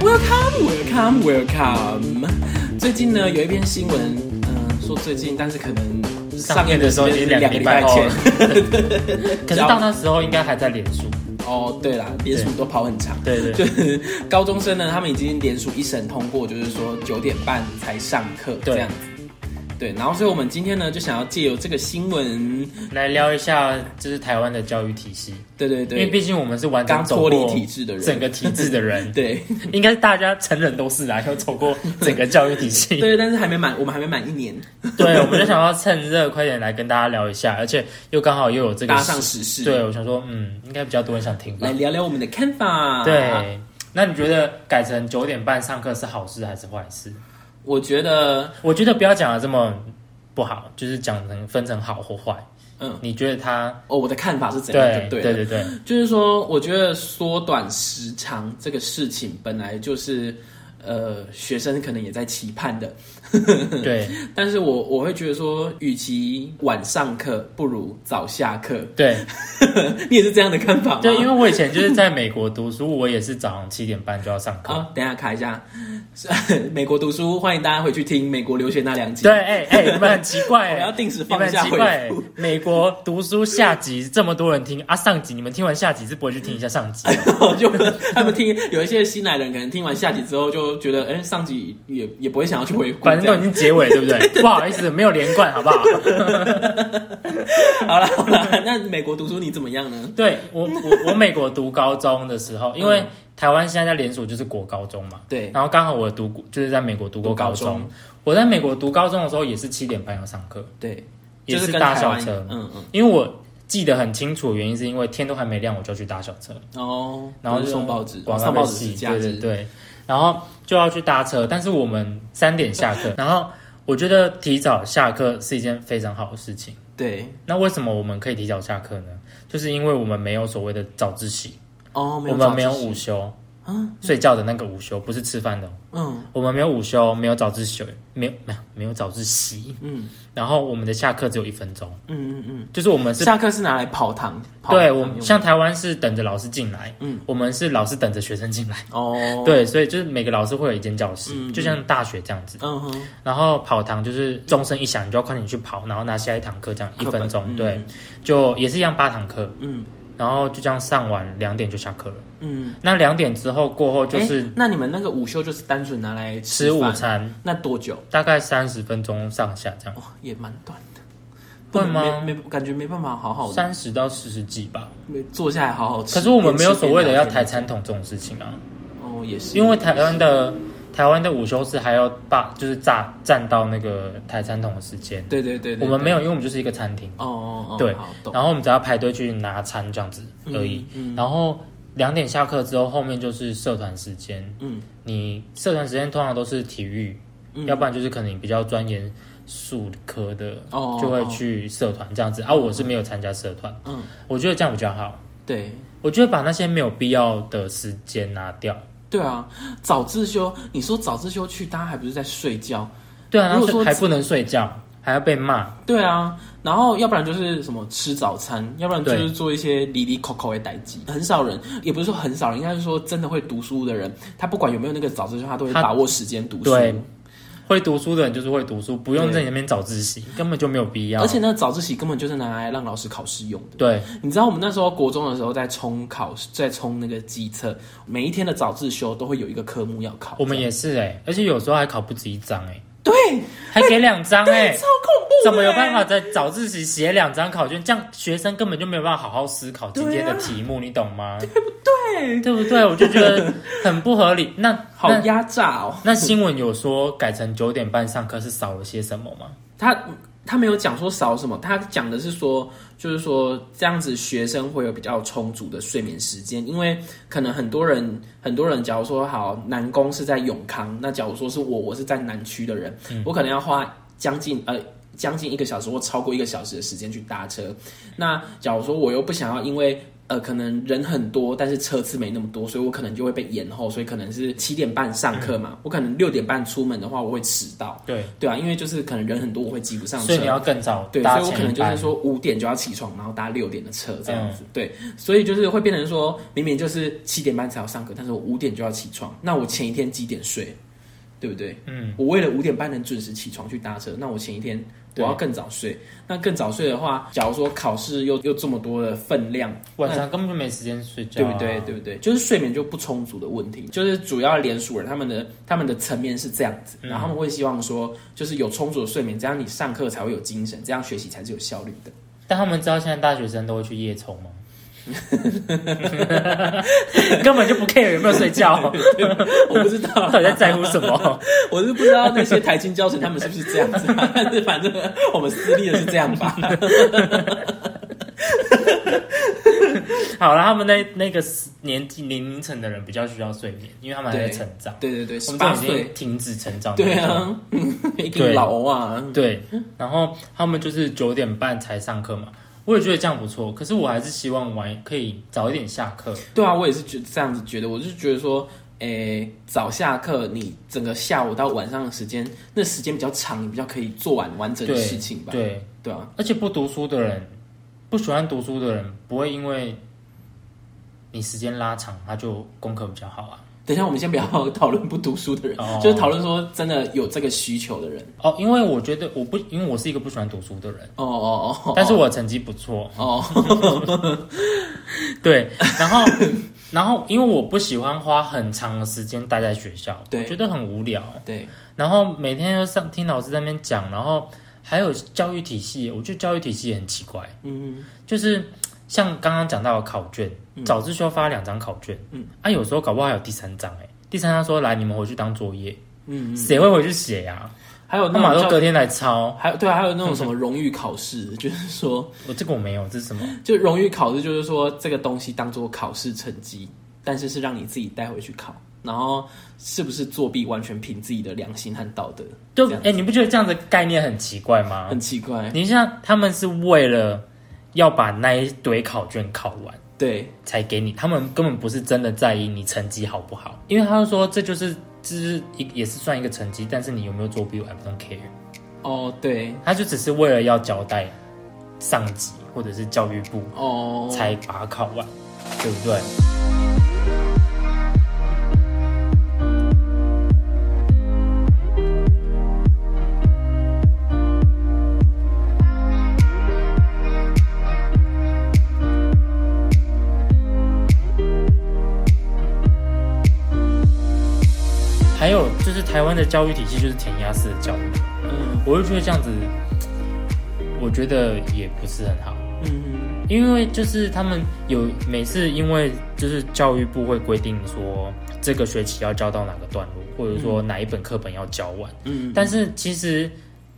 Welcome, welcome, welcome。最近呢，有一篇新闻，嗯、说最近，但是可能上映的时候已经两两个个礼礼拜拜后前了。 可是到那时候应该还在脸书。哦，对啦，联署都跑很长。对对就对是高中生呢，他们已经联署一审通过，就是说九点半才上课对这样子。对，然后所以我们今天呢，就想要借由这个新闻，来聊一下，就是台湾的教育体系，对对因为对，毕竟我们是完整刚走过脱离体制的人整个体制的 人，对应该大家成人都是啊啦，要走过整个教育体 系。对，但是还没满，我们还没满一年，对，我们就想要趁热快点来跟大家聊一下，而且又刚好又有这个搭上时事，对，，我想说，嗯，应该比较多人想听吧来。聊聊我们的看法。对，那你觉得改成九点半上课是好事还是坏事？我觉得，我觉得不要讲的这么不好，就是讲成分成好或坏。嗯，你觉得它哦，我的看法是怎样对就对了对对，就是说，我觉得缩短时长这个事情本来就是，呃，学生可能也在期盼的。 对但是我我会觉得说，与其晚上课，不如早下课。 对你也是这样的看法吗？对，因为我以前就是在美国读书，我也是早上七点半就要上课。啊，等一下卡一下， 是美国读书，欢迎大家回去听美国留学那两集。对，，哎、哎、你们很奇怪、哎 我要定时你放们下很奇回怪、哎复。美国读书下集这么多人听啊，上集你们听完下集是不会去听一下上集， 我 就他们听有一些新来的人，可能听完下集之后就觉得，哎、上集也也不会想要去回顾。反正都这已样经结尾，对不 对？不好意思，没有连贯，好不好？好了好了，那美国读书你怎么样呢？对我我我美国读高中的时候，因为嗯台湾现在在联署就是国高中嘛，对然后刚好我读过就是在美国读过高读高中中，我在美国读高中的时候也是七点半要上课，对，也就是跟搭台小湾一车样，嗯嗯，因为我记得很清楚，原因是因为天都还没亮我就去搭小车，哦，然后不就是送报纸，哦广告送报被纸洗是假对日对，对，然后就要去搭车，但是我们三点下 课，然后我觉得提早下课是一件非常好的事情。对，那为什么我们可以提早下课呢？就是因为我们没有所谓的早自习，哦，没有我早们自没有习午休，啊，睡觉的那个午休，不是吃饭的哦。嗯我们没有午休，没有早自习，没有没有没有早自习。嗯然后我们的下课只有一分钟，嗯嗯嗯，就是我们是下课是拿来跑堂，跑对堂我用们的像台湾是等着老师进来，嗯，我们是老师等着学生进来。哦，，对，所以就是每个老师会有一间教室，嗯嗯就像大学这样子。嗯哼，然后跑堂就是钟声一响，你就要快点去跑，然后拿下一堂课，这样一课本分钟，嗯对，就也是一样八堂课，嗯然后就这样上完两点就下课了。嗯，那两点之后过后就是诶那你们那个午休就是单纯拿来吃午饭，餐，那多久？大概三十分钟上下这样，哦，也蛮短的，会不能吗没没感觉没办法好好的三十到四十几吧。没坐下来好好吃。可是我们没有所谓的要抬边吃餐桶这种事情啊，边聊天哦，也是因为台湾的台湾的午休是还要霸，就是炸占到那个抬餐桶的时间。对对对，对我们没对有，因为我们就是一个餐厅，哦哦哦，对好懂，然后我们只要排队去拿餐这样子而已。嗯然后两点下课之后，后面就是社团时间。嗯，你社团时间通常都是体育，嗯要不然就是可能你比较钻研数科的，哦就会哦去社团这样子。啊，我是没有参加社团，嗯，我觉得这样比较好。对。我觉得把那些没有必要的时间拿掉。对啊，早自修，你说早自修去，大家还不是在睡觉？对啊，然如后果说是还不能睡觉，还要被骂。对啊，然后要不然就是什么吃早餐，要不然就对是做一些离离口口的代际。很少人，也不是说很少人，应该是说真的会读书的人，他不管有没有那个早自修，他都会他把握时间读书。对，会读书的人就是会读书，不用对在你那边早自习，根本就没有必要。而且那早自习根本就是拿来让老师考试用的。对，你知道我们那时候国中的时候在冲考，在冲那个机测，每一天的早自修都会有一个科目要考。我们也是哎、而且有时候还考不止一张哎、对，还给两张哎，超恐怖的欸，怎么有办法在早自习写两张考卷？这样学生根本就没有办法好好思考今天的啊题目，你懂吗？对不对？对不对？我就觉得很不合理。那 好那压榨哦？那新闻有说改成九点半上课是少了些什么吗？他他没有讲说少什么，他讲的是说，就是说这样子学生会有比较充足的睡眠时间，因为可能很多人很多人，假如说好南工是在永康，那假如说是我我是在南区的人，我可能要花将近呃。将近一个小时或超过一个小时的时间去搭车，那假如说我又不想要因为呃，可能人很多，但是车次没那么多，所以我可能就会被延后，所以可能是七点半上课嘛，我可能六点半出门的话，我会迟到，对，对啊，因为就是可能人很多，我会挤不上所以你车。要更早对，所搭以我可能前一就是班。嗯说五点就要起床，然后搭六点的车这样子。对，所以就是会变成说，明明就是七点半才要上课，但是我五点就要起床，那我前一天几点睡，对不对？嗯，我为了五点半能准时起床去搭车，那我前一天我对要更早睡。那更早睡的话，假如说考试又又这么多的分量，晚上根本就没时间睡觉对啊、不对？对不对？就是睡眠就不充足的问题，就是主要联署人他们的他们的层面是这样子，嗯然后他们会希望说，就是有充足的睡眠，这样你上课才会有精神，这样学习才是有效率的。 但他们知道现在大学生都会去夜冲吗？ 根本就不 care 有没有睡觉， 我不知道，到底在在乎什么？我是不知道那些台青教程他们是不是这样子，但是反正我们私立的是这样 吧。好了，他们那那个年纪年龄层的人比较需要睡眠，因为他们还在对成长。对对对，我十们八这种已岁经，停止成长的那对种。 啊，一个老啊，对，然后他们就是九点半才上课嘛，我也觉得这样不错。可是我还是希望晚可以早一点下课。对啊，我也是觉这样子觉得，我就是觉得说，诶，早下课，你整个下午到晚上的时间，那时间比较长，你比较可以做完完整的对事情吧？对，对啊，而且不读书的人，不喜欢读书的人，不会因为你时间拉长，他就功课比较好啊。等一下，我们先不要 讨论不读书的人，哦 就是讨论说真的有这个需求的人。哦，因为我觉得我不，因为我是一个不喜欢读书的人，哦哦哦，但是我成绩不错，哦， 对，然后然后因为我不喜欢花很长的时间待在学校，对我觉得很无聊。对，然后每天就上听老师在那边讲，然后还有教育体系，我觉得教育体系也很奇怪，嗯，就是像刚刚讲到的考卷，早自修发两张考卷，嗯，啊，有时候搞不好还有第三张、哎，第三张说来你们回去当作业，嗯，谁会回去写呀、还有他那马嗯上种隔天来抄，叫，还有对啊，还有那种什么荣誉考试，就是说，我这个我没有，这是什么？ 就荣誉考试就是说这个东西当做考试成绩，但是是让你自己带回去考，然后是不是作弊完全凭自己的良心和道德，就这哎样、你不觉得这样的概念很奇怪吗？很奇怪。你像他们是为了要把那一堆考卷考完。对，才给你，他们根本不是真的在意你成绩好不好，因为他就说这就是这是一也是算一个成绩，但是你有没有作弊，我 I don't care，哦，对，他就只是为了要交代上级或者是教育部哦，才把它考完，对不对？还有就是台湾的教育体系就是填鸭式的教育，嗯我就觉得这样子，我觉得也不是很好。嗯因为就是他们有每次，因为就是教育部会规定说这个学期要教到哪个段落，或者说哪一本课本要教完。嗯，但是其实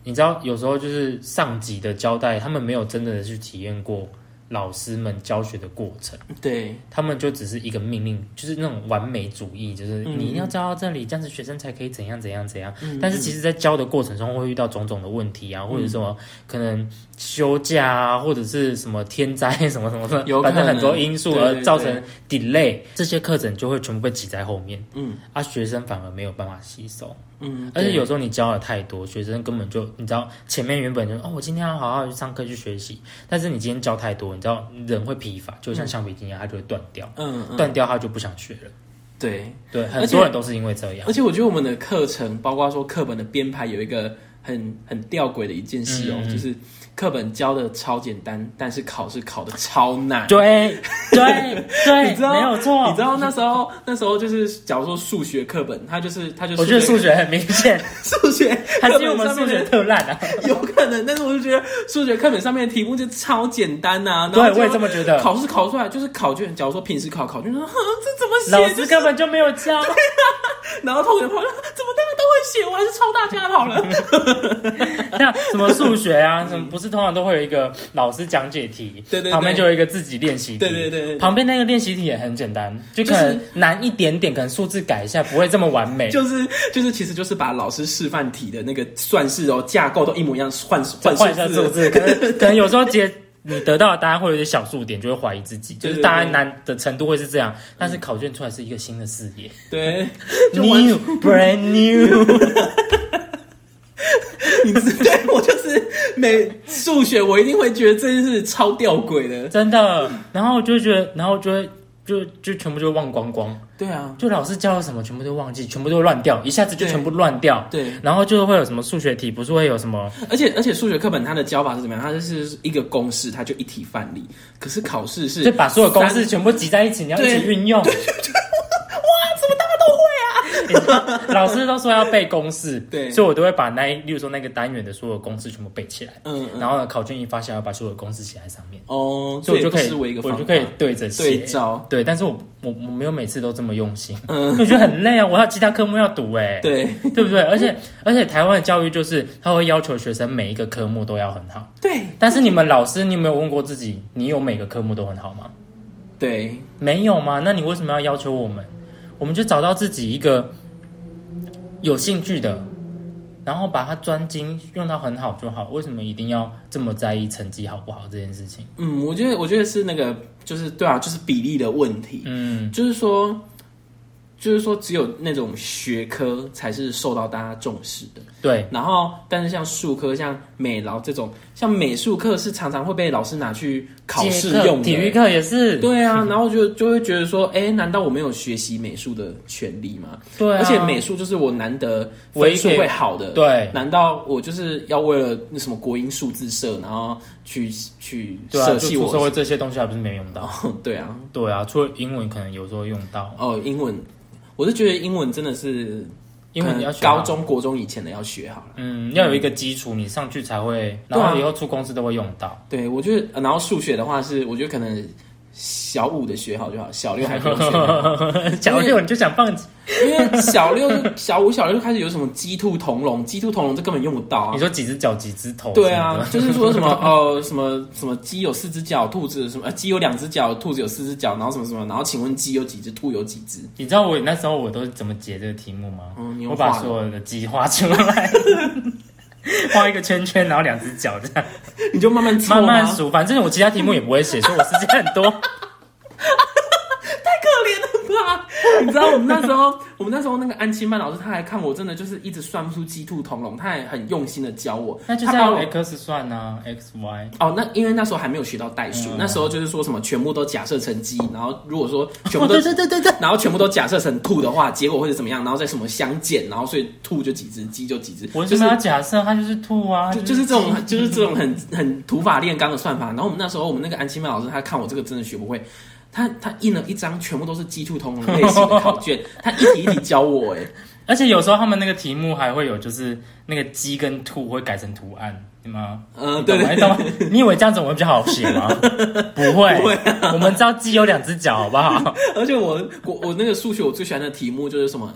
你知道，有时候就是上级的交代，他们没有真的去体验过老师们教学的过程，对，他们就只是一个命令，就是那种完美主义，就是嗯你一定要教到这里，这样子学生才可以怎样怎样怎样。嗯但是其实，在教的过程中会遇到种种的问题啊，或者什么可能休假啊，或者是什么天灾 什么什么的有，可反能正很多因素对对而造成对 delay，这些课程就会全部被挤在后面，嗯啊，学生反而没有办法吸收。嗯，而且对有时候你教的太多，学生根本就你知道前面原本就哦，我今天要好好去上课去学习，但是你今天教太多，你知道人会疲乏，就像橡皮筋一样，它就会断掉，嗯嗯断掉它就不想学了。对，对，而很且多人都是因为这 样。而且我觉得我们的课程，包括说课本的编排，有一个很很吊诡的一件事哦，嗯嗯嗯就是课本教的超简单，但是考试考的超难。对 对对，你知道没有错，你知道那时候，那时候就是，假如说数学课本，它就是，它就是，我觉得数学很明显，数学 还是课因为我本们上数面学的特烂啊。 有可能，但是我就觉得数学课本上面的题目就超简单啊呐、然后对，就我也这么觉得。考试考出来就是考卷，假如说平时考考卷，说哼这怎么写？老就师是根本就没有教， 然后同学朋友怎么大家都会写，我还是抄大家的好 了。像什么数学啊，什么不是通常都会有一个老师讲解题，嗯对对对旁边就有一个自己练习题，对对对对对旁边那个练习题也很简单，就可能难一点点，可能数字改一下，不会这么完美，就是就是，其实就是把老师示范题的那个算式哦架构都一模一样，换换换一下数数字，可能可能有时候解你得到的答案会有点小数点，就会怀疑自己，就是对对答案难的程度会是这样，但是考卷出来是一个新的视野对，就完，new brand new， 你知对我就是每数学我一定会觉得这件事超吊诡的。真的。然后我就会觉得，然后就会就就全部就忘光光，对啊，就老师教了什么全部都忘记，全部都乱掉，一下子就对全部乱掉。对，然后就会有什么数学题，不是会有什么而且而且数学课本它的教法是怎么样？它就是一个公式，它就一题范例。可是考试是就把所有公式三全部集在一起，你要一起对运 用。哇，怎么大家都会啊？ 老师都说要背公式，对所以我都会把那一，例如说那个单元的所有公式全部背起来，嗯嗯然后呢，考卷一发下要把所有公式写在上面，哦，所以这也我就不可以，失为一个我方就法可以对着写对。照。对，但是我我我没有每次都这么用心，嗯，因为我觉得很累啊，我还有其他科目要读哎、对对不对？而且而且台湾的教育就是他会要求学生每一个科目都要很好，对但是你们老师，你有没有问过自己，你有每个科目都很好吗？对，没有吗？那你为什么要要求我们？我们就找到自己一个有兴趣的，然后把它专精用到很好就好。为什么一定要这么在意成绩好不好这件事情？嗯，我觉得我觉得是那个就是对啊，就是比例的问题。嗯，就是说，就是说，只有那种学科才是受到大家重视的。对，然后，但是像术科、像美劳这种，像美术课是常常会被老师拿去考试接课用的。欸体育课也是，对啊，然后就就会觉得说，哎，难道我没有学习美术的权利吗？对啊，而且美术就是我难得分数会好的，对难道我就是要为了那什么国音数字社，然后去去对啊，舍就弃出社我？会这些东西还不是没用到？ 对啊，对啊，除了英文可能有时候用到，哦，英文，我是觉得英文真的是英文你要可学能好高。中国中以前的要学好了。嗯，要有一个基础，你上去才会，然对啊后以后出公司都会用到。对，我觉得，呃然后数学的话是，我觉得可能小五的学好就好，小啊六还 不用学好，假如你就想放弃，因为小六、小五、小六就开始有什么鸡兔同笼，鸡兔同笼这根本用不到啊你。说几只脚几只头？对啊，，就是说 什么呃什么什么鸡有四只脚，兔子什么呃鸡有两只脚，兔子有四只脚，然后什么什么，然后请问鸡有几只，兔有几只？你知道我那时候我都是怎么解这个题目吗？嗯你用我把画的所有的鸡画出 来，画一个圈圈，然后两只脚这样你就慢慢啊搓慢吗慢数。反正我其他题目也不会写，所以我时间很多。 可怜了吧？你知道我们那时候， 我们那时候那个安亲班老师，他还看我真的就是一直算不出鸡兔同笼，他还很用心的教我。那就他是把要我 x 算啊，x y。哦，那因为那时候还没有学到代数，嗯那时候就是说什么全部都假设成鸡，然后如果说全部哦，都对对对对对，然后全部都假设成兔的话，结果会是怎么样？然后再什么相减，然后所以兔就几只，鸡就几只，我就为什是么要假设它就是兔啊？就就是这种鸡就是这种很很土法炼钢的算法。然后我们那时候我们那个安亲班老师，他看我这个真的学不会，他他印了一张全部都是鸡兔同笼类型的考卷，他一题一题教我、哎， 而且有时候他们那个题目还会有，就是那个鸡跟兔会改成图案，对吗？嗯、懂对吗对你懂吗？你以为这样子我会比较好写 吗？不会，不会啊我们知道鸡有两只脚，好不好？ 而且我我我那个数学我最喜欢的题目就是什么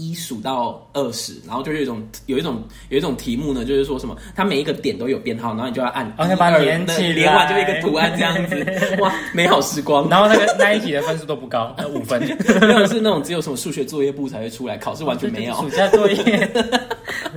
一数到二十，然后就有一种有一种有一种题目呢，就是说什么它每一个点都有编号，然后你就要按一，哦要把它连起来对连完就一个图案这样子，哇，美好时光。 然后那个那一题的分数都不高，呃五分，没有是那种只有什么数学作业簿才会出来，考试完全 没有。暑假 作业，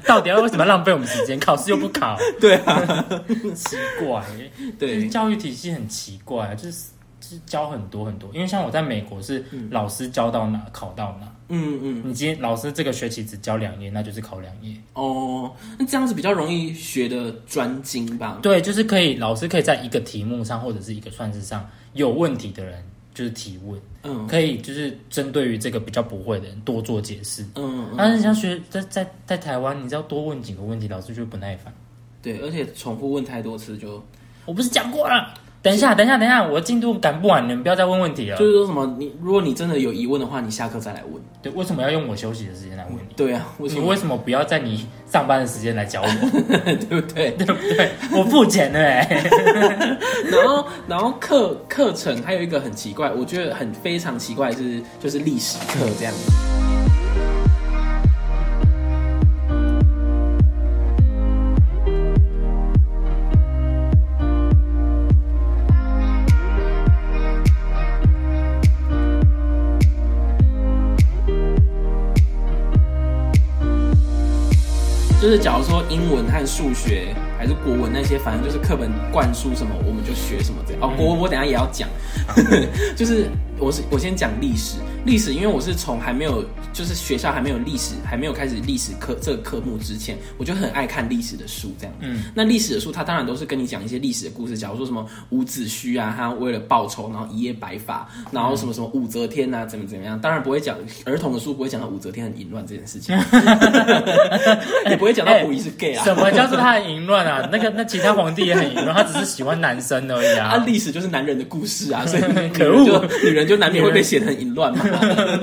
到底要为什么浪费我们时间？考试又不考，对啊， 奇怪。就是对，教育体系很奇怪啊，就是就是教很多很多。因为像我在美国是老师教到哪考到哪，嗯嗯，你今天老师这个学期只教两页，那就是考两页。哦，那这样子比较容易学的专精吧。对，就是可以，老师可以在一个题目上或者是一个算式上有问题的人就是提问，嗯可以就是针对于这个比较不会的人多做解释。嗯嗯，但是你像学在在在台湾，你只要多问几个问题，老师就会不耐烦。对，而且重复问太多次就我不是讲过了？等一下，等一下，等一下，我进度赶不完，你们不要再问问题了就。是说什么你如果你真的有疑问的话，你下课再来问。对，为什么要用我休息的时间来问你？对啊，为什你么为什么不要在你上班的时间来教我？ 对不对？对不对？我付钱的哎。 然后，然后课课程还有一个很奇怪，我觉得很非常奇怪的是，就是历史课这样子。就是假如说英文和数学还是国文那些，反正就是课本灌输什么，我们就学什么这样。哦，国文我等一下也要讲， 就是我是我先讲历史，历史因为我是从还没有就是学校还没有历史还没有开始历史科这个科目之前，我就很爱看历史的书这样。嗯，那历史的书它当然都是跟你讲一些历史的故事，假如说什么伍子胥啊，他为了报仇然后一夜白发，然后什么什么武则天啊，怎么怎么样，当然不会讲儿童的书不会讲到武则天很淫乱这件事 情，也不会讲到溥仪是 gay 啊。哎什么叫做他很淫乱啊？那个那其他皇帝也很淫乱，他只是喜欢男生而已啊，啊。 历史就是男人的故事啊，所以女可人恶就女人就难免会被显得很淫 乱嘛。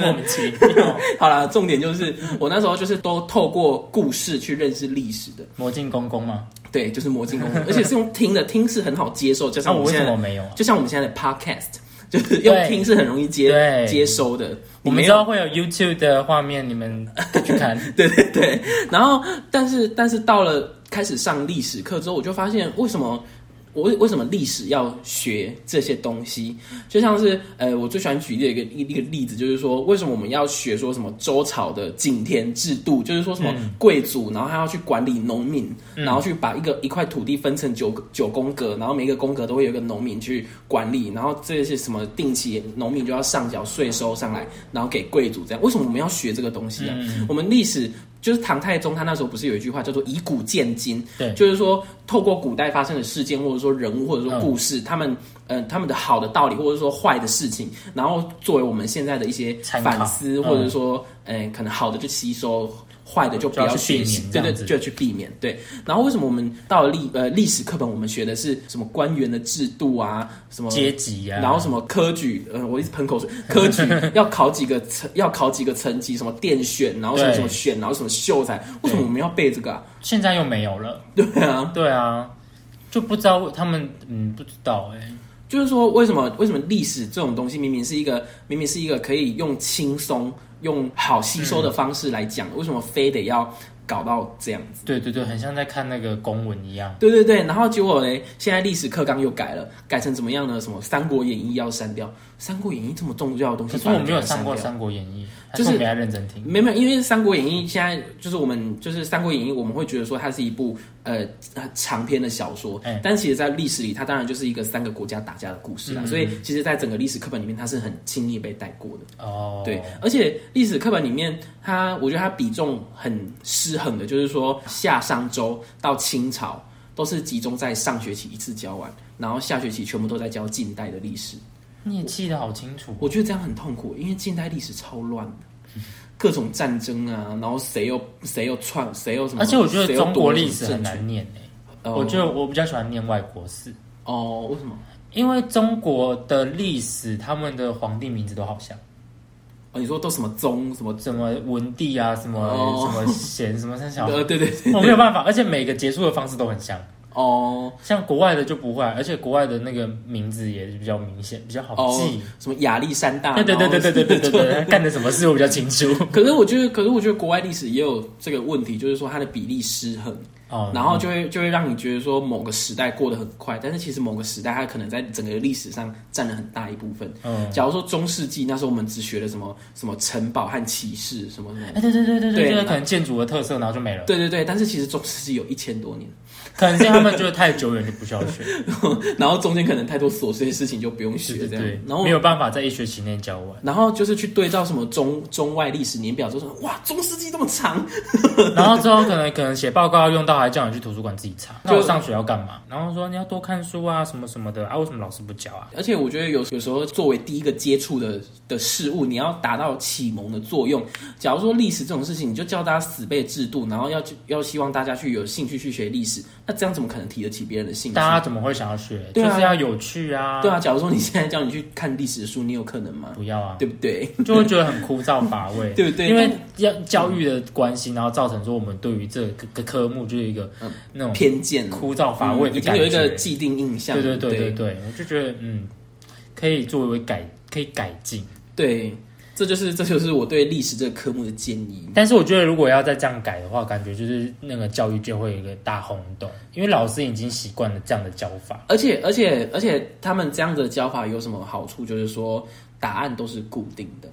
莫名其妙。 好啦，重点就是我那时候就是都透过故事去认识历史的，魔镜公公吗？对，就是魔镜公 主，而且是用听的，听是很好接受，加那上我我们为现什在么没有啊？就像我们现在的 podcast，就是用对听是很容易接对接收的。你我们没知有道会有 YouTube 的画面，你们可以 去看。对对对，然后但是但是到了开始上历史课之后，我就发现为什么。我为为什么历史要学这些东西？就像是呃，我最喜欢举例的一个一一个例子，就是说为什么我们要学说什么周朝的井田制度，就是说什么贵族，然后他要去管理农民，然后去把一个一块土地分成九个九宫格，然后每一个宫格都会有一个农民去管理，然后这些什么定期农民就要上缴税收上来，然后给贵族这样。为什么我们要学这个东西啊？我们历史就是唐太宗他那时候不是有一句话叫做“以古鉴今”，对就是说透过古代发生的事件，或者说人物，或者说故事，他们嗯、呃他们的好的道理，或者说坏的事情，然后作为我们现在的一些参考反思，嗯或者说嗯、呃可能好的就吸收。坏的就不就要要去学避习，免对这对，样子就去避免。对，然后为什么我们到了历呃历史课本，我们学的是什么官员的制度啊，什么阶级啊，然后什么科举，呃，我一直喷口水，科 举要考几个层，要考几个层级，什么殿选，然后什么对什么选，然后什么秀才，为什么我们要背这个啊？现在又没有了。对啊，对啊，就不知道他们嗯不知道哎、就是说为什么为什么历史这种东西明明是一个明明是一个可以用轻松、用好吸收的方式来讲，为什么非得要搞到这样子？对对对，很像在看那个公文一样。对对对，然后结果呢？现在历史课纲又改了，改成怎么样呢？什么《三国演义》要删掉，《三国演义》这么重要的东西，可是我反而没有给它删上过《掉三国演义》，啊就是还是我没太认真听。没有没有，因为《三国演义》现在就是我们就是《三国演义》，我们会觉得说它是一部呃呃长篇的小说，哎但其实，在历史里，它当然就是一个三个国家打架的故事啦。嗯所以，其实，在整个历史课本里面，它是很轻易被带过的。哦，对，而且历史课本里面，它我觉得它比重很失衡的，就是说夏商周到清朝都是集中在上学期一次教完，然后下学期全部都在教近代的历史。你也记得好清楚。哦我觉得这样很痛苦，因为近代历史超乱的，各种战争啊，然后谁又谁又篡，谁又什么，而且我觉谁得又中国夺了历什史么很政权。难念哎、哦我觉得我比较喜欢念外国史，哦，为什么？因为中国的历史他们的皇帝名字都好像，哦，你说都什么宗什么？什么文帝啊，什么、哦什么贤，什么 三小，呃，对对对，我没有办法。而且每个结束的方式都很像，哦像国外的就不会，啊而且国外的那个名字也比较明显，比较好哦记。，什么亚历山大？对对对对对对对对然后对，干的什么事我比较清楚。可是我觉得，可是我觉得国外历史也有这个问题，就是说它的比例失衡，哦，然后就会就会让你觉得说某个时代过得很快，但是其实某个时代它可能在整个历史上占了很大一部分。嗯，假如说中世纪那时候我们只学了什么什么城堡和骑士什么什么，哎，对对对对对对，那对，可能建筑的特色，然后就没了。对对对，但是其实中世纪有一千多年，可能是他们觉得太久远就不需要 学，然后中间可能太多琐碎的事情就不用对学对这样，对，然后没。有办法在一学期内教完。然后就是去对照什么中中外历史年表，就说哇，中世纪这么长， 然后之后可能可能写报告要用到，还叫你去图书馆自己查。就那我上学要干嘛？然后说你要多看书啊，什么什么的啊，为什么老师不教啊？而且我觉得有有时候作为第一个接触的的事物，你要达到启蒙的作用。假如说历史这种事情，你就教大家死背制度，然后要要希望大家去有兴趣去学历史，那这样怎么可能提得起别人的兴趣？大家怎么会想要学？啊对啊就是要有趣啊，对啊，假如说你现在叫你去看历史的书，你有可能吗？不要啊，对不对？就会觉得很枯燥乏味， 对不对因为要教育的关系，然后造成说我们对于这个个科目就有一个那种偏见枯燥乏味嗯的已经感有觉。一个既定印象。对对对对对对，我就觉得嗯，可以作为改可以改进，对这就是这就是我对历史这个科目的建议。但是我觉得如果要再这样改的话，感觉就是那个教育界会有一个大轰动，因为老师已经习惯了这样的教法。而且而且而且，他们这样的教法有什么好处？就是说答案都是固定的。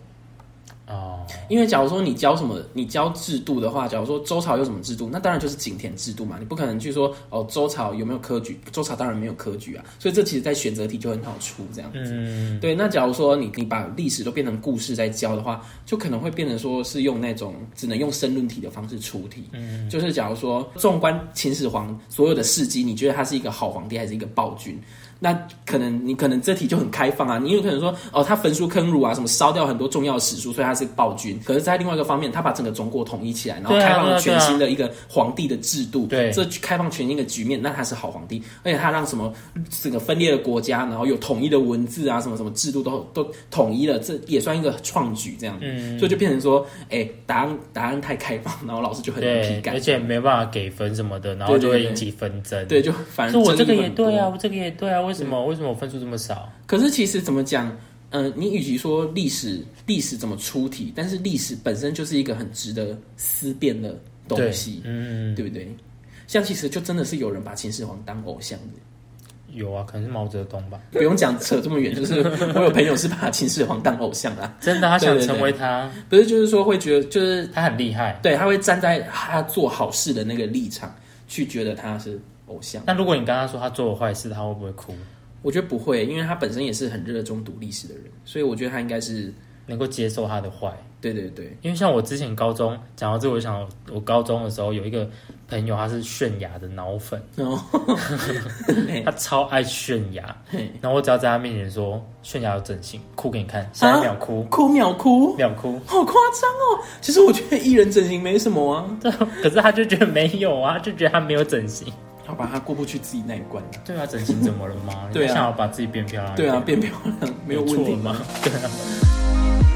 哦，因为假如说你教什么，你教制度的话，假如说周朝有什么制度，那当然就是井田制度嘛。你不可能去说哦，周朝有没有科举？周朝当然没有科举啊。所以这其实在选择题就很好出这样子。嗯，对，那假如说你你把历史都变成故事在教的话，就可能会变成说是用那种只能用申论题的方式出题。嗯，就是假如说纵观秦始皇所有的事迹，你觉得他是一个好皇帝还是一个暴君？那可能你可能这题就很开放啊，你有可能说哦，他焚书坑儒啊，什么烧掉很多重要史书，所以他是暴君。可是，在另外一个方面，他把整个中国统一起来，然后对啊开放了对啊对全啊新的一个皇帝的制度，对这开放全新的局面，那他是好皇帝，而且他让什么整个分裂的国家，然后有统一的文字啊，什么什么制度都都统一了，这也算一个创举这样子，嗯所以就变成说，哎，答案答案太开放，然后老师就很难批对，改而，且没办法给分什么的，然后对对就会对引起纷争。对，就反是正我这个争议也很多对啊，我这个也对啊，为什么？为什么我分数这么少？可是其实怎么讲，嗯、你与其说历史历史怎么出题，但是历史本身就是一个很值得思辨的东对西，，嗯，对不对？像其实就真的是有人把秦始皇当偶像的，有啊，可能是毛泽东吧。不用讲扯这么远， 就是我有朋友是把秦始皇当偶像啦，真的，他对想对成为他，不是就是说会觉得就是他很厉害。对他会站在他做好事的那个立场去觉得他是偶像，那如果你跟他说他做了坏事，他会不会哭？我觉得不会，因为他本身也是很热衷读历史的人，所以我觉得他应该是能够接受他的坏？对对对，因为像我之前高中讲到这，我就想我高中的时候有一个朋友，他是泫雅的脑粉，然后他超爱泫雅。嘿然后我只要在他面前说泫雅有整形，哭给你看，啊下一秒哭， 哭秒哭。秒哭。好夸张哦！其实我觉得艺人整形没什么啊，对，可是他就觉得没有啊，就觉得他没有整形。好吧，他过不去自己那一关啊。对啊，整形怎么了吗？ 对啊你想要把自己变漂亮一对点。啊，变漂亮没有问错题了吗？吗？对啊。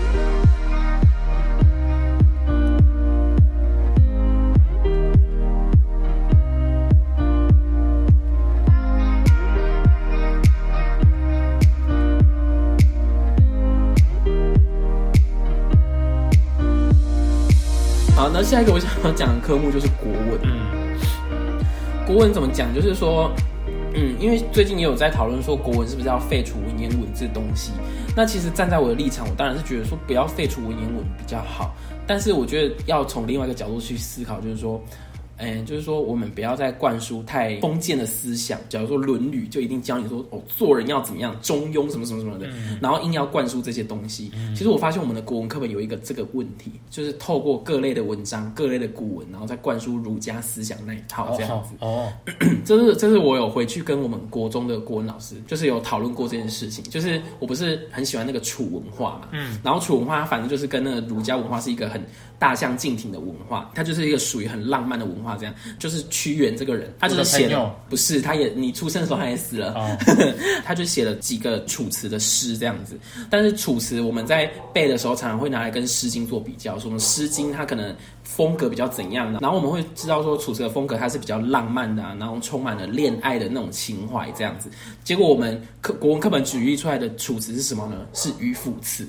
好，那下一个我想要讲的科目就是国文。嗯，国文怎么讲？就是说，嗯，因为最近也有在讨论说国文是不是要废除文言文这东西。那其实站在我的立场，我当然是觉得说不要废除文言文比较好。但是我觉得要从另外一个角度去思考，就是说。嗯，就是说，我们不要再灌输太封建的思想。假如说《论语》就一定教你说，哦，做人要怎么样，中庸什么什么什么的，然后硬要灌输这些东西。其实我发现我们的国文课本有一个这个问题，就是透过各类的文章、各类的古文，然后再灌输儒家思想那一套这样子。哦，哦这是这是我有回去跟我们国中的国文老师，就是有讨论过这件事情。就是我不是很喜欢那个楚文化嘛，嗯，然后楚文化它反正就是跟那个儒家文化是一个很大相径庭的文化，它就是一个属于很浪漫的文化。这样就是屈原这个人，他就是写我的朋了友不是，他也你出生的时候他也死了，哦 他就写了几个楚辞的诗这样子。但是楚辞我们在背的时候，常常会拿来跟《诗经》做比较，说我们《诗经》它可能风格比较怎样的，然后我们会知道说楚辞的风格它是比较浪漫的、啊，然后充满了恋爱的那种情怀这样子。结果我们课国文课本举例出来的楚辞是什么呢？是迂腐辞，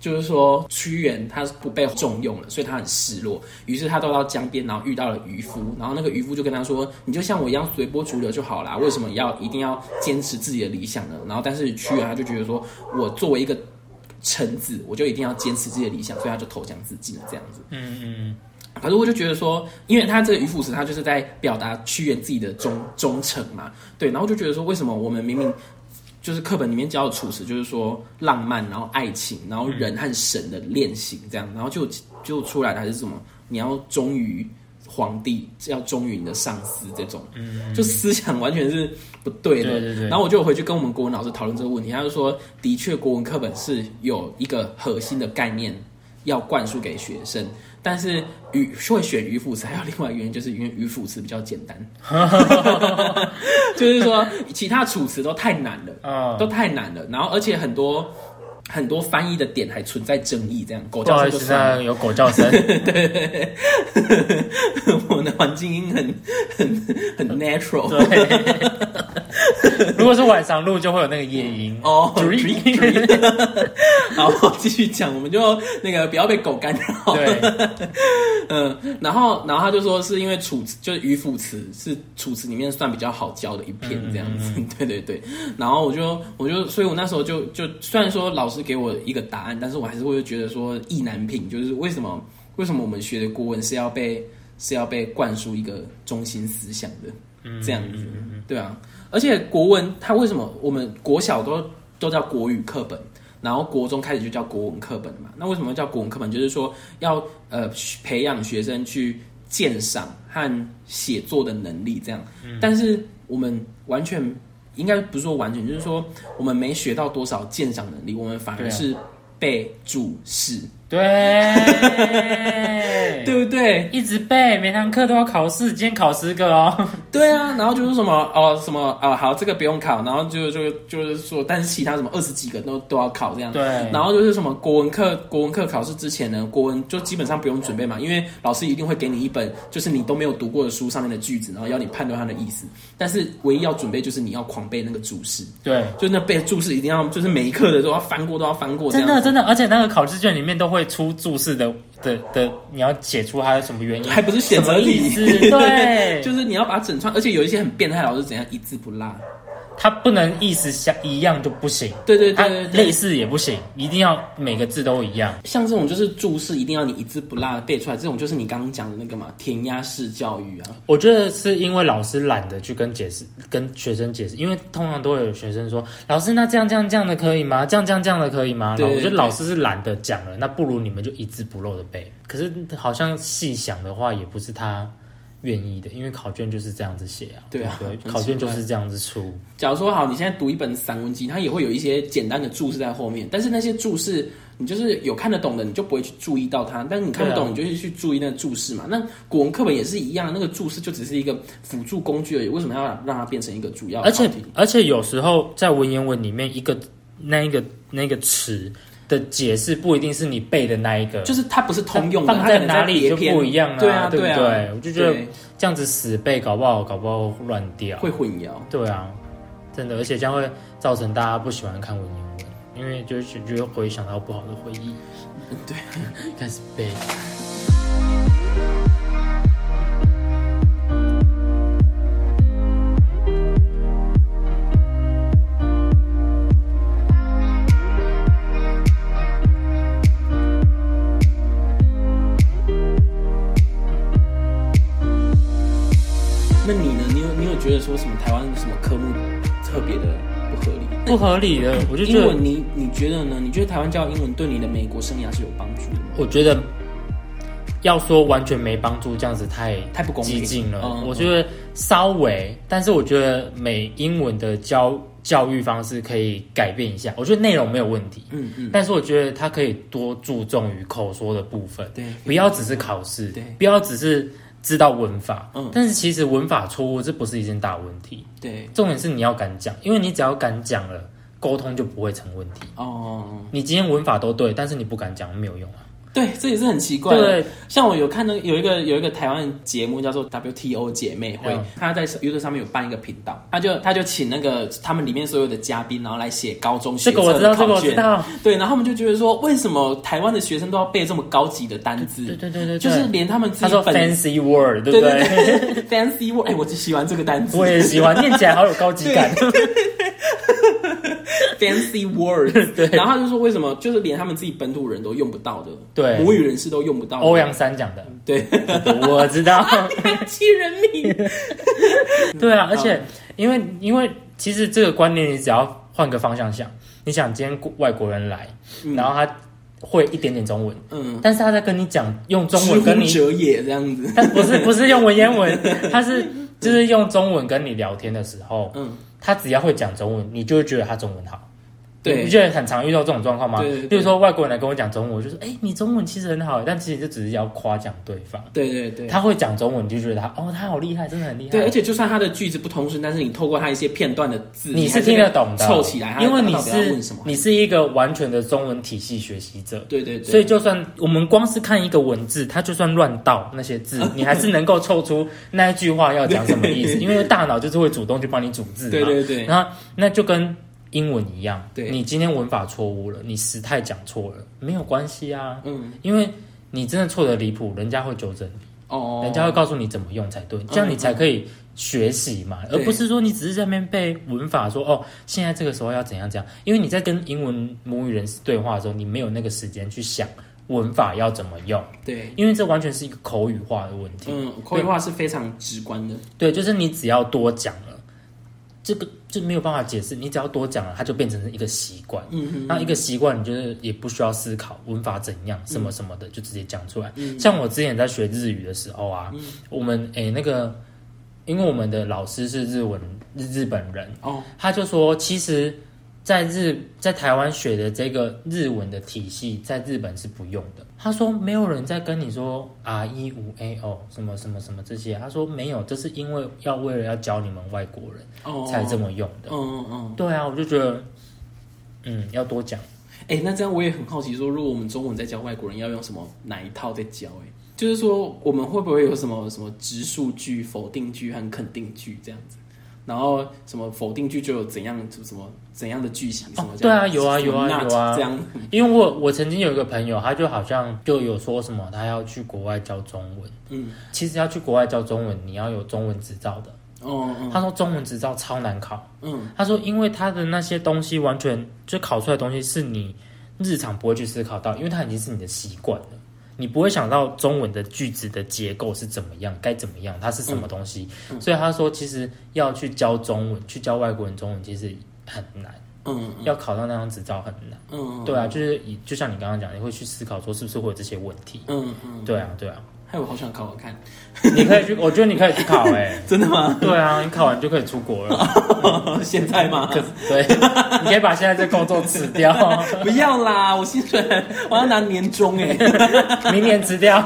就是说屈原他不被重用了，所以他很失落。于是他都到江边，然后遇到了渔夫，然后那个渔夫就跟他说：“你就像我一样随波逐流就好啦，为什么要一定要坚持自己的理想呢？”然后但是屈原他就觉得说：“我作为一个臣子，我就一定要坚持自己的理想，所以他就投江自尽了。”这样子。嗯嗯，可是我就觉得说，因为他这个渔夫词，他就是在表达屈原自己的忠忠诚嘛，对。然后就觉得说，为什么我们明明就是课本里面教的处事，就是说浪漫，然后爱情，然后人和神的恋行这样，然后就就出来的还是什么，你要忠于皇帝，要忠于你的上司这种，就思想完全是不对的。嗯对对对然后我就有回去跟我们国文老师讨论这个问题，他就说，的确国文课本是有一个核心的概念要灌输给学生。但是语会选语辅词，还有另外一个原因，就是因为语辅词比较简单， 就是说其他楚辞都太难了，啊、都太难了。然后而且很多很多翻译的点还存在争议，这样狗不叫好声意就思，算了。那有 狗叫声。啊我们的环境音很很很 natural 对，如果是晚上录，就会有那个夜音。哦。 Dream 好，继续讲，我们就那个不要被狗干扰。对，嗯， 然后然后他就说是因为楚辞就是迂腐词是楚辞里面算比较好嗯 教的一篇这样子，对对对。然后我就我就所以我那时候就就虽然说老师师给我一个答案，但是我还是会觉得说意难平，就是为什么为什么我们学的国文是要被是要被灌输一个中心思想的嗯这样子，对啊，而且国文它为什么我们国小都都叫国语课本，然后国中开始就叫国文课本嘛？那为什么叫国文课本？就是说要呃培养学生去鉴赏和写作的能力，这样。嗯但是我们完全应该不是说完全，就是说我们没学到多少鉴赏能力，我们反对而啊是被注视，对，啊对不对？一直背，每堂课都要考试，今天考十个哦。对啊，然后就是什么哦什么哦好，这个不用考，然后就就就是说，但是其他什么二十几个都都要考这样。对，然后就是什么国文课，国文课考试之前呢，国文就基本上不用准备嘛，因为老师一定会给你一本就是你都没有读过的书上面的句子，然后要你判断它的意思。但是唯一要准备就是你要狂背那个注释，对，就那背注释一定要就是每一课的都要翻过，都要翻过这真样的子。真的，而且那个考试卷里面都会出注释的的的，你要写出它的什么原因，还不是选择什么题 意，思对就是你要把它整串，而且有一些很变态的老师怎样一字不落，它不能意思相一样就不行，对对对它对对，啊类似也不行，一定要每个字都一样。像这种就是注释一定要你一字不落的背出来，这种就是你刚刚讲的那个嘛，填鸭式教育啊。我觉得是因为老师懒得去跟解释，跟学生解释，因为通常都会有学生说，老师那这样这样这样的可以吗？这样这样这样的可以吗？对然后我觉得对老师是懒得讲了，那不如你们就一字不漏的背。可是好像细想的话，也不是他愿意的，因为考卷就是这样子写啊，对啊不很奇怪考卷就是这样子出，假如说好，你现在读一本散文集，它也会有一些简单的注释在后面，但是那些注释你就是有看得懂的，你就不会去注意到它；但是你看不对啊懂，你就是去注意那个注释嘛。那古文课本也是一样，那个注释就只是一个辅助工具而已，为什么要让它变成一个主要的而考且题？而且有时候在文言文里面，一个那一个那个词的解释不一定是你背的那一个，就是它不是通用的，放它在可能哪里别就篇不一样啊，对啊，对不啊，对？我就觉得对这样子死背，搞不好搞不好会乱掉。会混淆。对啊，真的，而且将会造成大家不喜欢看文言文，因为就是觉得回想到不好的回 忆。对， 开始背。那你呢？你有你有觉得说什么台湾什么科目特别的不合理？不合理的，我就觉英得，文你你觉得呢？你觉得台湾教英文对你的美国生涯是有帮助的吗？我觉得要说完全没帮助，这样子太太不公平激进了。嗯我觉得稍微，但是我觉得美英文的教教育方式可以改变一下。我觉得内容没有问题，嗯嗯，但是我觉得它可以多注重于口说的部分，对，不要只是考试对，不要只是知道文法。嗯但是其实文法错误这不是一件大问题，对重点是你要敢讲，因为你只要敢讲了，沟通就不会成问题。哦，你今天文法都对，但是你不敢讲没有用啊。对，这也是很奇怪的。对，像我有看那有一个有一个台湾节目叫做 WTO 姐妹会嗯，她在 YouTube 上面有办一个频道，她就她就请那个他们里面所有的嘉宾，然后来写高中学这个我测知道，的这个考我知卷。道。对，然后他们就觉得说，为什么台湾的学生都要背这么高级的单对字？对对对，对就是连他们自他己说本 fancy word，对不对对 fancy word，哎、我只喜欢这个单词我也喜欢，念起来好有高 级感。 fancy word。对然后他就说为什么，就是连他们自己本土人都用不到的，对母语人士都用不到的。欧阳山讲的，对， 我知道。 欺人命。对啊，而且因为因为其实这个观念，你只要换个方向想，你想今天外国人来， 然后他会一点点中文，嗯，但是他在跟你讲用中文跟知你乎，者也这样子。但不是不是用文 言文，他是就是用中文跟你聊天的时候，嗯，他只要会讲中文，你就会觉得他中文好。你对不觉得很常遇到这种状况吗？对对对例如说外国人来跟我讲中文，我就说，哎、你中文其实很好，但其实就只是要夸奖对方。对对对。他会讲中文，你就觉得他哦，他好厉害，真的很厉害。对，而且就算他的句子不通顺，但是你透过他一些片段的字，你是还听得懂的，凑起来，他因为他你到底要问是什么？你是一个完全的中文体系学习者，对对对，所以就算我们光是看一个文字，它就算乱倒那 些字，你还是能够凑出那一句话要讲什么意思，因为大脑就是会主动去帮你组字嘛。对对对，然后那就跟英文一样，对你今天文法错误了，你时态讲错了，没有关系啊，嗯，因为你真的错的离谱，人家会纠正你。哦，嗯人家会告诉你怎么用才对，这样你才可以学习嘛，而对不是说你只是在那边背文法说哦，现在这个时候要怎样怎样，因为你在跟英文母语人士对话的时候，你没有那个时间去想文法要怎么用，对，因为这完全是一个口语化的问题。嗯，口语化是非常直观的，对，就是你只要多讲了，这个就没有办法解释，你只要多讲了，它就变成是一个习惯。嗯哼，那一个习惯，你就是也不需要思考文法怎样什么什么的，就直接讲出来。像我之前在学日语的时候啊，我们诶、那个，因为我们的老师是日文日日本人，哦，他就说，其实在日在台湾学的这个日文的体系，在日本是不用的。他说没有人在跟你说 R 一五 A O 什么什么什么这些，他说没有，这是因为要为了要教你们外国人哦，才这么用的。嗯嗯嗯，对啊，我就觉得，嗯，要多讲。哎、那这样我也很好奇说如果我们中文在教外国人，要用什么哪一套在教、欸？哎，就是说我们会不会有什么什么直述句、否定句和肯定句这样子？然后什么否定句就有怎样什么怎样的句型什么哦这样、对啊有啊什么有啊 not 有啊这样因为我我曾经有一个朋友，他就好像就有说什么，他要去国外教中文。嗯，其实要去国外教中文，你要有中文执照的。哦嗯他说中文执照超难考。嗯他说因为他的那些东西完全就考出来的东西是你日常不会去思考到，因为它已经是你的习惯了。你不会想到中文的句子的结构是怎么样，该怎么样，它是什嗯么东西。所以他说，其实要去教中文，去教外国人中文，其实很难，嗯要考到那张执照很难。嗯对啊，就是以就像你刚刚讲，你会去思考说是不是会有这些问题。嗯嗯，对啊，对啊，还有我好想考考看，你可以去，我觉得你可以去考 哎、真的吗？对啊，你考完就可以出国 了。现在吗？可是 对，你可以把现在这工作辞掉，不要啦，我薪水我要拿年终哎、明年辞掉。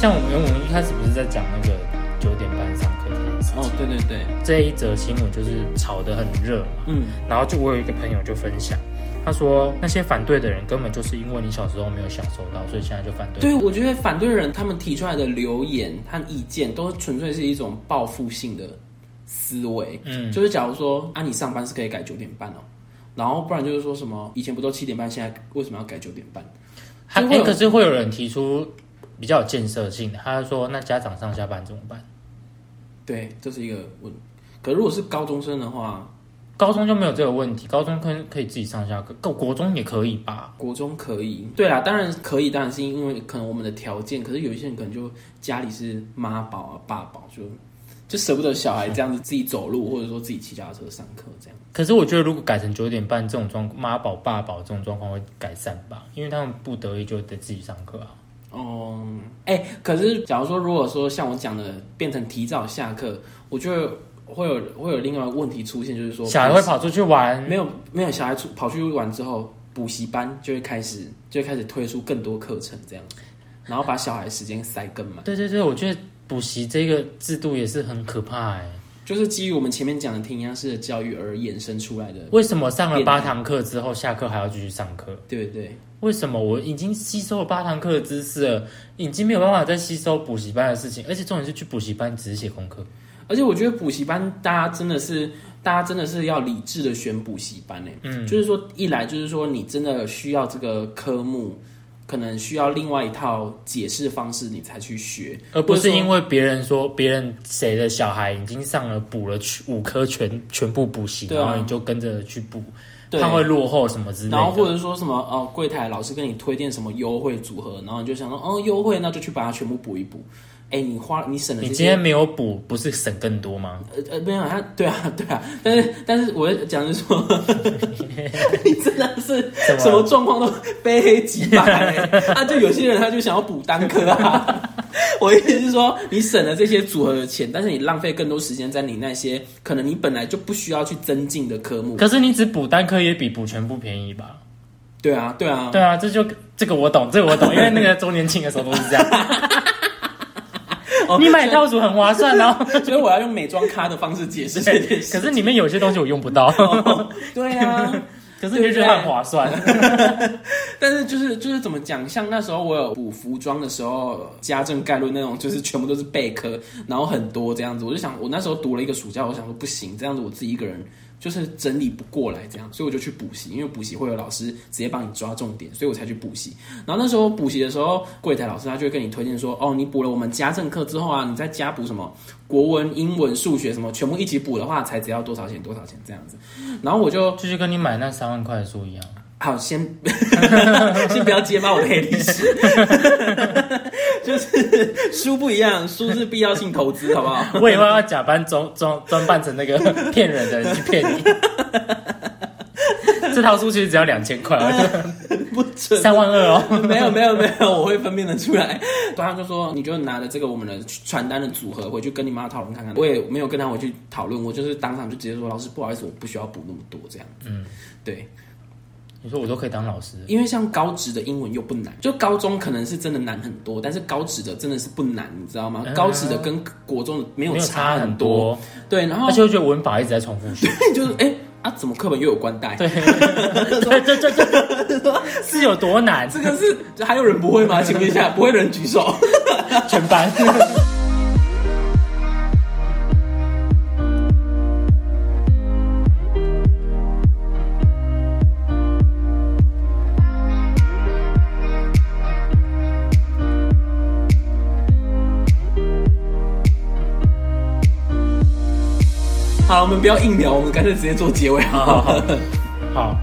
像我们我们一开始不是在讲那个九点半上课这件事哦，对对对，这一则新闻就是炒得很热嘛，嗯然后就我有一个朋友就分享，他说那些反对的人根本就是因为你小时候没有享受到，所以现在就反对。对，我觉得反对人他们提出来的留言和意见，都纯粹是一种报复性的思维。嗯，就是假如说啊，你上班是可以改九点半哦，然后不然就是说什么以前不都七点半，现在为什么要改九点半？还、就会有哎可是会有人提出比较有建设性的，他就说那家长上下班怎么办？对，这是一个问。可如果是高中生的话，高中就没有这个问题，高中可以可以自己上下课，国国中也可以吧？国中可以，对啦，当然可以，当然是因为可能我们的条件，可是有一些人可能就家里是妈宝啊、爸宝，就就舍不得小孩这样子自己走路，或者说自己骑脚踏车上课这样。可是我觉得如果改成九点半这种状，妈宝爸宝这种状况会改善吧，因为他们不得已就得自己上课啊。哦，哎，可是假如说，如果说像我讲的变成提早下课，我觉得会有会有另外一个问题出现，就是说小孩会跑出去玩，没有没有小孩出跑去玩之后，补习班就会开始就会开始推出更多课程这样，然后把小孩时间塞更满，对对对，我觉得补习这个制度也是很可怕哎、就是基于我们前面讲的填鸭式的教育而衍生出来的，为什么上了变八堂课之后，下课还要继续上课？对不对？为什么我已经吸收了八堂课的知识了，已经没有办法再吸收补习班的事情？而且重点是去补习班只是写功课，而且我觉得补习班大家真的是，大家真的是要理智的选补习班呢。嗯，就是说一来就是说你真的需要这个科目，可能需要另外一套解释方式你才去学，而不或者是说因为别人说别人谁的小孩已经上了补了全五科全全部补习，对啊然后你就跟着去补，对他会落后什么之类然后或的。者说什么哦，柜台老师跟你推荐什么优惠组合，然后你就想说哦优惠，那就去把它全部补一补。哎，你花你省了你这今些天没有补，不是省更多吗？呃呃，没有他，对啊对啊，但是但是我讲的是 说，你真的是什么什么状况都非黑即白、 欸，啊，就有些人他就想要补单科啊。 我意思是说，你省了这些组合的钱，但是你浪费更多时间在你那些可能你本来就不需要去增进的科目。可是你只补单科也比补全部便宜吧？对啊，对啊，对啊，这就这个我懂，这个我懂，因为那个周年庆的时候都是这 样。你买到，套组很划算哦，哦所以我 要用美妆咖的方式解释这件事。哦可是里面有些东西我用不到。对啊， 可是你就觉得很划算。 但是就是就是怎么讲，像那时候我有补服装的时候，家政概论那种，就是全部都是备课，然后很多这样子。我就想，我那时候读了一个暑假，我想说不行，这样子我自己一个人就是整理不过来这样，所以我就去补习，因为补习会有老师直接帮你抓重点，所以我才去补习。然后那时候补习的时候，柜台老师他就会跟你推荐说，哦，你补了我们家政课之后啊，你再加补什么国文、英文、数学什么，全部一起补的话，才只要多少钱多少钱这样子。然后我就 就是跟你买那三万块的书一样，好，先 先不要揭发我的黑历史， 就是书不一样，书是必要性投资，好不 好？我以后要假扮装装装扮成那 个骗人的人去骗你。这套书其实只要两千块，不 准。三万二哦。没有没有没有，我会分辨得出来。对，他就说，你就拿着这个我们的传单的组合回去跟你妈讨论看看。我也没有跟他回去讨论，我就是当场就直接说，老师不好意思，我不需要补那么多这样。嗯，对。你说我都可以当老师，因为像高职的英文又不难，就高中可能是真的难很多，但是高职的真的是不难，你知道吗？嗯高职的跟国中的没有没有差差很多，多，对，然后而且我觉得文法一直在重复 学。 就是哎、啊，怎么课本又有关带？对，对对对对， 是有多难？这个是还有人不会吗？请问一 下，不会的人举手。 全 班。好，我们不要硬聊，我们干脆直接做结尾好好了。好好，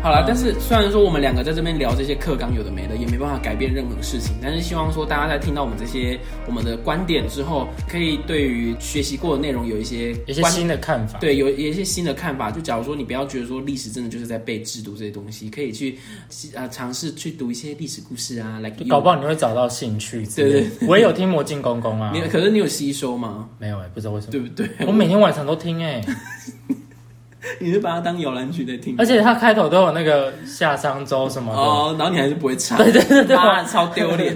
好了，但是虽然说我们两个在这边聊这些课纲有的没的，也没办法改变任何事情，但是希望说大家在听到我们这些我们的观点之后，可以对于学习过的内容有一些有些观新的看法。对，有有一些新的看法。就假如说你不要觉得说历史真的就是在背制度这些东西，可以去啊尝试去读一些历史故事啊，来就搞不好你会找到兴趣之类的。对我也有听魔镜公公啊你，可是你有吸收吗？没有哎、不知道为什么。对不对？ 我每天晚上都听 哎、你是把它当摇篮曲在听而且它开头都有那个夏商周什么的，哦，然后你还是不会唱，对对对对，啊，超丢脸。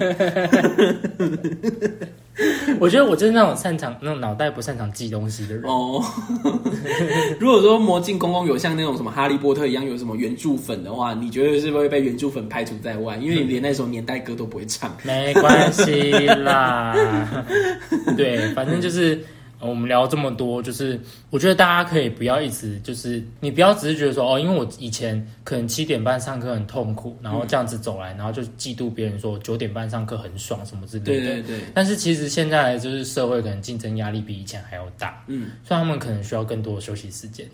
我觉得我就是那种擅长那种脑袋不擅长记东西的人。 哦， 如果说魔镜公公有像那种什么哈利波特一样有什么原著粉的话，你觉得是不是会被原著粉排除在外？因为你连那首年代歌都不会唱。没关系啦， 对，反正就是呃我们聊这么多，就是我觉得大家可以不要一直就是你不要只是觉得说哦，因为我以前可能七点半上课很痛苦，然后这样子走来，然后就嫉妒别人说九点半上课很爽什么之类的。对对对，但是其实现在就是社会可能竞争压力比以前还要大，嗯，所以他们可能需要更多的休息时间。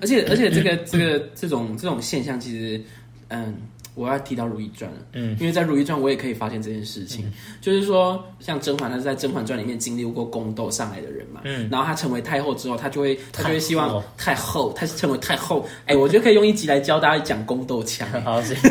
而且而且这个这个这种这种现象，其实，嗯，我要提到《如懿传》了，嗯，因为在《如懿传》我也可以发现这件事情，就是说，像甄嬛，她是在《甄嬛传》里面经历过宫斗上来的人嘛，嗯，然后她成为太后之后，她就会她就会希太望后太后，她是成为太后，哎，我觉得可以用一集来教大家讲宫斗腔， 好，谢谢。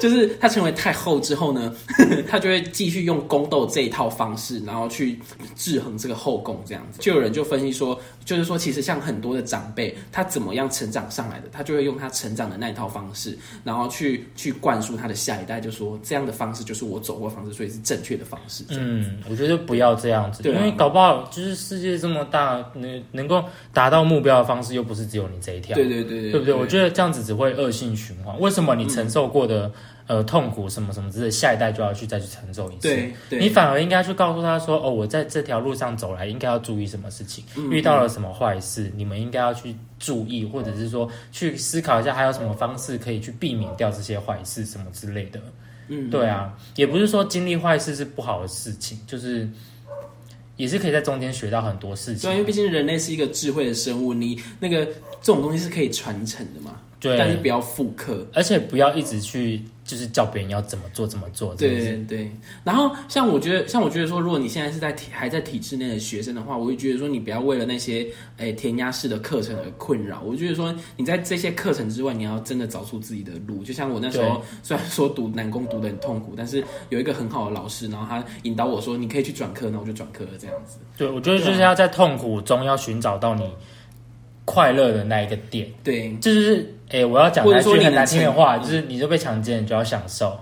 就是她成为太后之后呢， 她就会继续用宫斗这一套方式，然后去制衡这个后宫这样子。就有人就分析说，就是说其实像很多的长辈，他怎么样成长上来的，他就会用他成长的那一套方式，然后去去灌输他的下一代，就说这样的方式就是我走过的方式，所以是正确的方式。嗯，我觉得不要这样子，对啊因为搞不好就是世界这么大，能能够达到目标的方式又不是只有你这一条，对对对对不对？我觉得这样子只会恶性循环。为什么你承受过的、呃痛苦什么什么之类，下一代就要去再去承受一次？对对你反而应该去告诉他说：“哦，我在这条路上走来，应该要注意什么事情，嗯遇到了什么坏事，你们应该要去注意，或者是说去思考一下，还有什么方式可以去避免掉这些坏事什么之类的。”嗯，对啊，也不是说经历坏事是不好的事情，就是也是可以在中间学到很多事情对，因。为毕竟人类是一个智慧的生物，你那个这种东西是可以传承的嘛，对但是不要复刻。而且不要一直去就是叫别人要怎么做怎么做，这样子对对，然后像我觉得，像我觉得说，如果你现在是在体还在体制内的学生的话，我会觉得说，你不要为了那些诶填鸭式的课程而困扰。我觉得说，你在这些课程之外，你要真的找出自己的路。就像我那时候，虽然说读南工读的很痛苦，但是有一个很好的老师，然后他引导我说，你可以去转科，那我就转科了这样子。对，我觉得对啊就是要在痛苦中要寻找到你快乐的那一个点，对，这就是诶，我要讲或者那说句你很能嗯难听的成话，就是你就被强奸，你就要享受。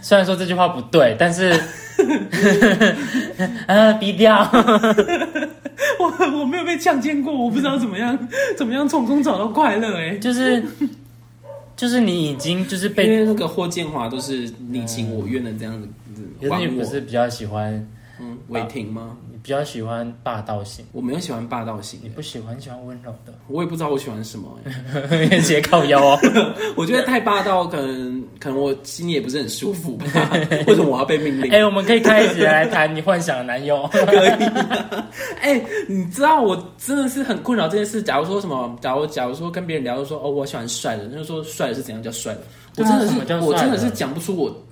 虽然说这句话不 对，但是啊，低调。 我我没有被强奸过，我不知道怎么样怎么样从中找到快乐哎、就是就是你已经就是因被，为那个霍建华都是你情我愿的这样子子可是玩你不我，是比较喜欢嗯，伟霆吗？你比较喜欢霸道型，我没有喜欢霸道型你，不喜欢喜欢温柔的，我也不知道我喜欢什么、 欸，直接靠腰哦。我觉得太霸道，可能可能我心里也不是很舒服吧。 为什么我要被命令哎、？我们可以开始来谈你幻想的男友。可以、 哎、你知道我真的是很困扰这件事。假如说什么，假如假如说跟别人聊就说哦，我喜欢帅的，那就说帅的是怎样叫帅的？我对啊真的什么是叫我帅真的的是讲不出我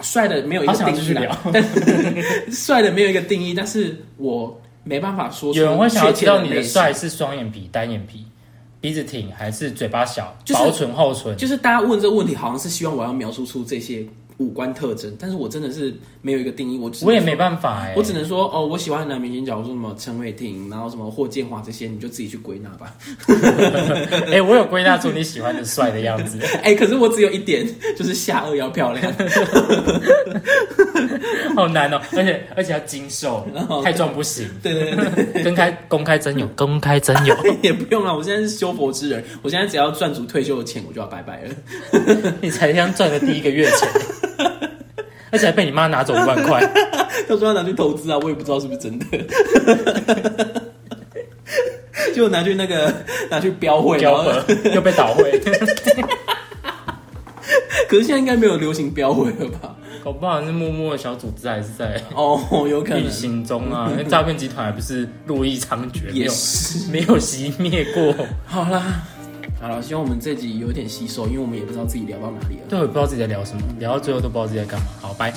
帅的没有一个好想定继义续啦。但是 帅的没有一个定义，但是我没办法说出有人会想要确知切道你类的型帅是双眼皮、单眼皮、鼻子挺还是嘴巴小、就是薄唇、厚唇？就是大家问这个问题，好像是希望我要描述出这些五官特征，但是我真的是没有一个定义，我只我也能没说。办法哎、我只能说哦，我喜欢的男明星，假如说什么陈伟霆，然后什么霍建华这些，你就自己去归纳吧。 哎、我有归纳出你喜欢的帅的样子。哎、可是我只有一点，就是下颚要漂亮。 好难哦，而且而且要精瘦，太壮不行。对对对对，公开公开真有，公开真 有。也不用了，我现在是修佛之人，我现在只要赚足退休的钱，我就要拜拜了。 你才刚赚的第一个月钱，而且还被你妈拿走一万块。他说要拿去投资啊，我也不知道是不是真的。 就拿去那个拿去标会，然标后盒又被倒会，可是现在应该没有流行标会了吧？搞不好是默默的小组织还是在哦，有可能运行中啊。那诈骗集团还不是路易猖獗，没也有是。没有熄灭过。 好啦，好了，希望我们这集有点吸收，因为我们也不知道自己聊到哪里了。对，我也不知道自己在聊什么，聊到最后都不知道自己在干嘛。好，拜。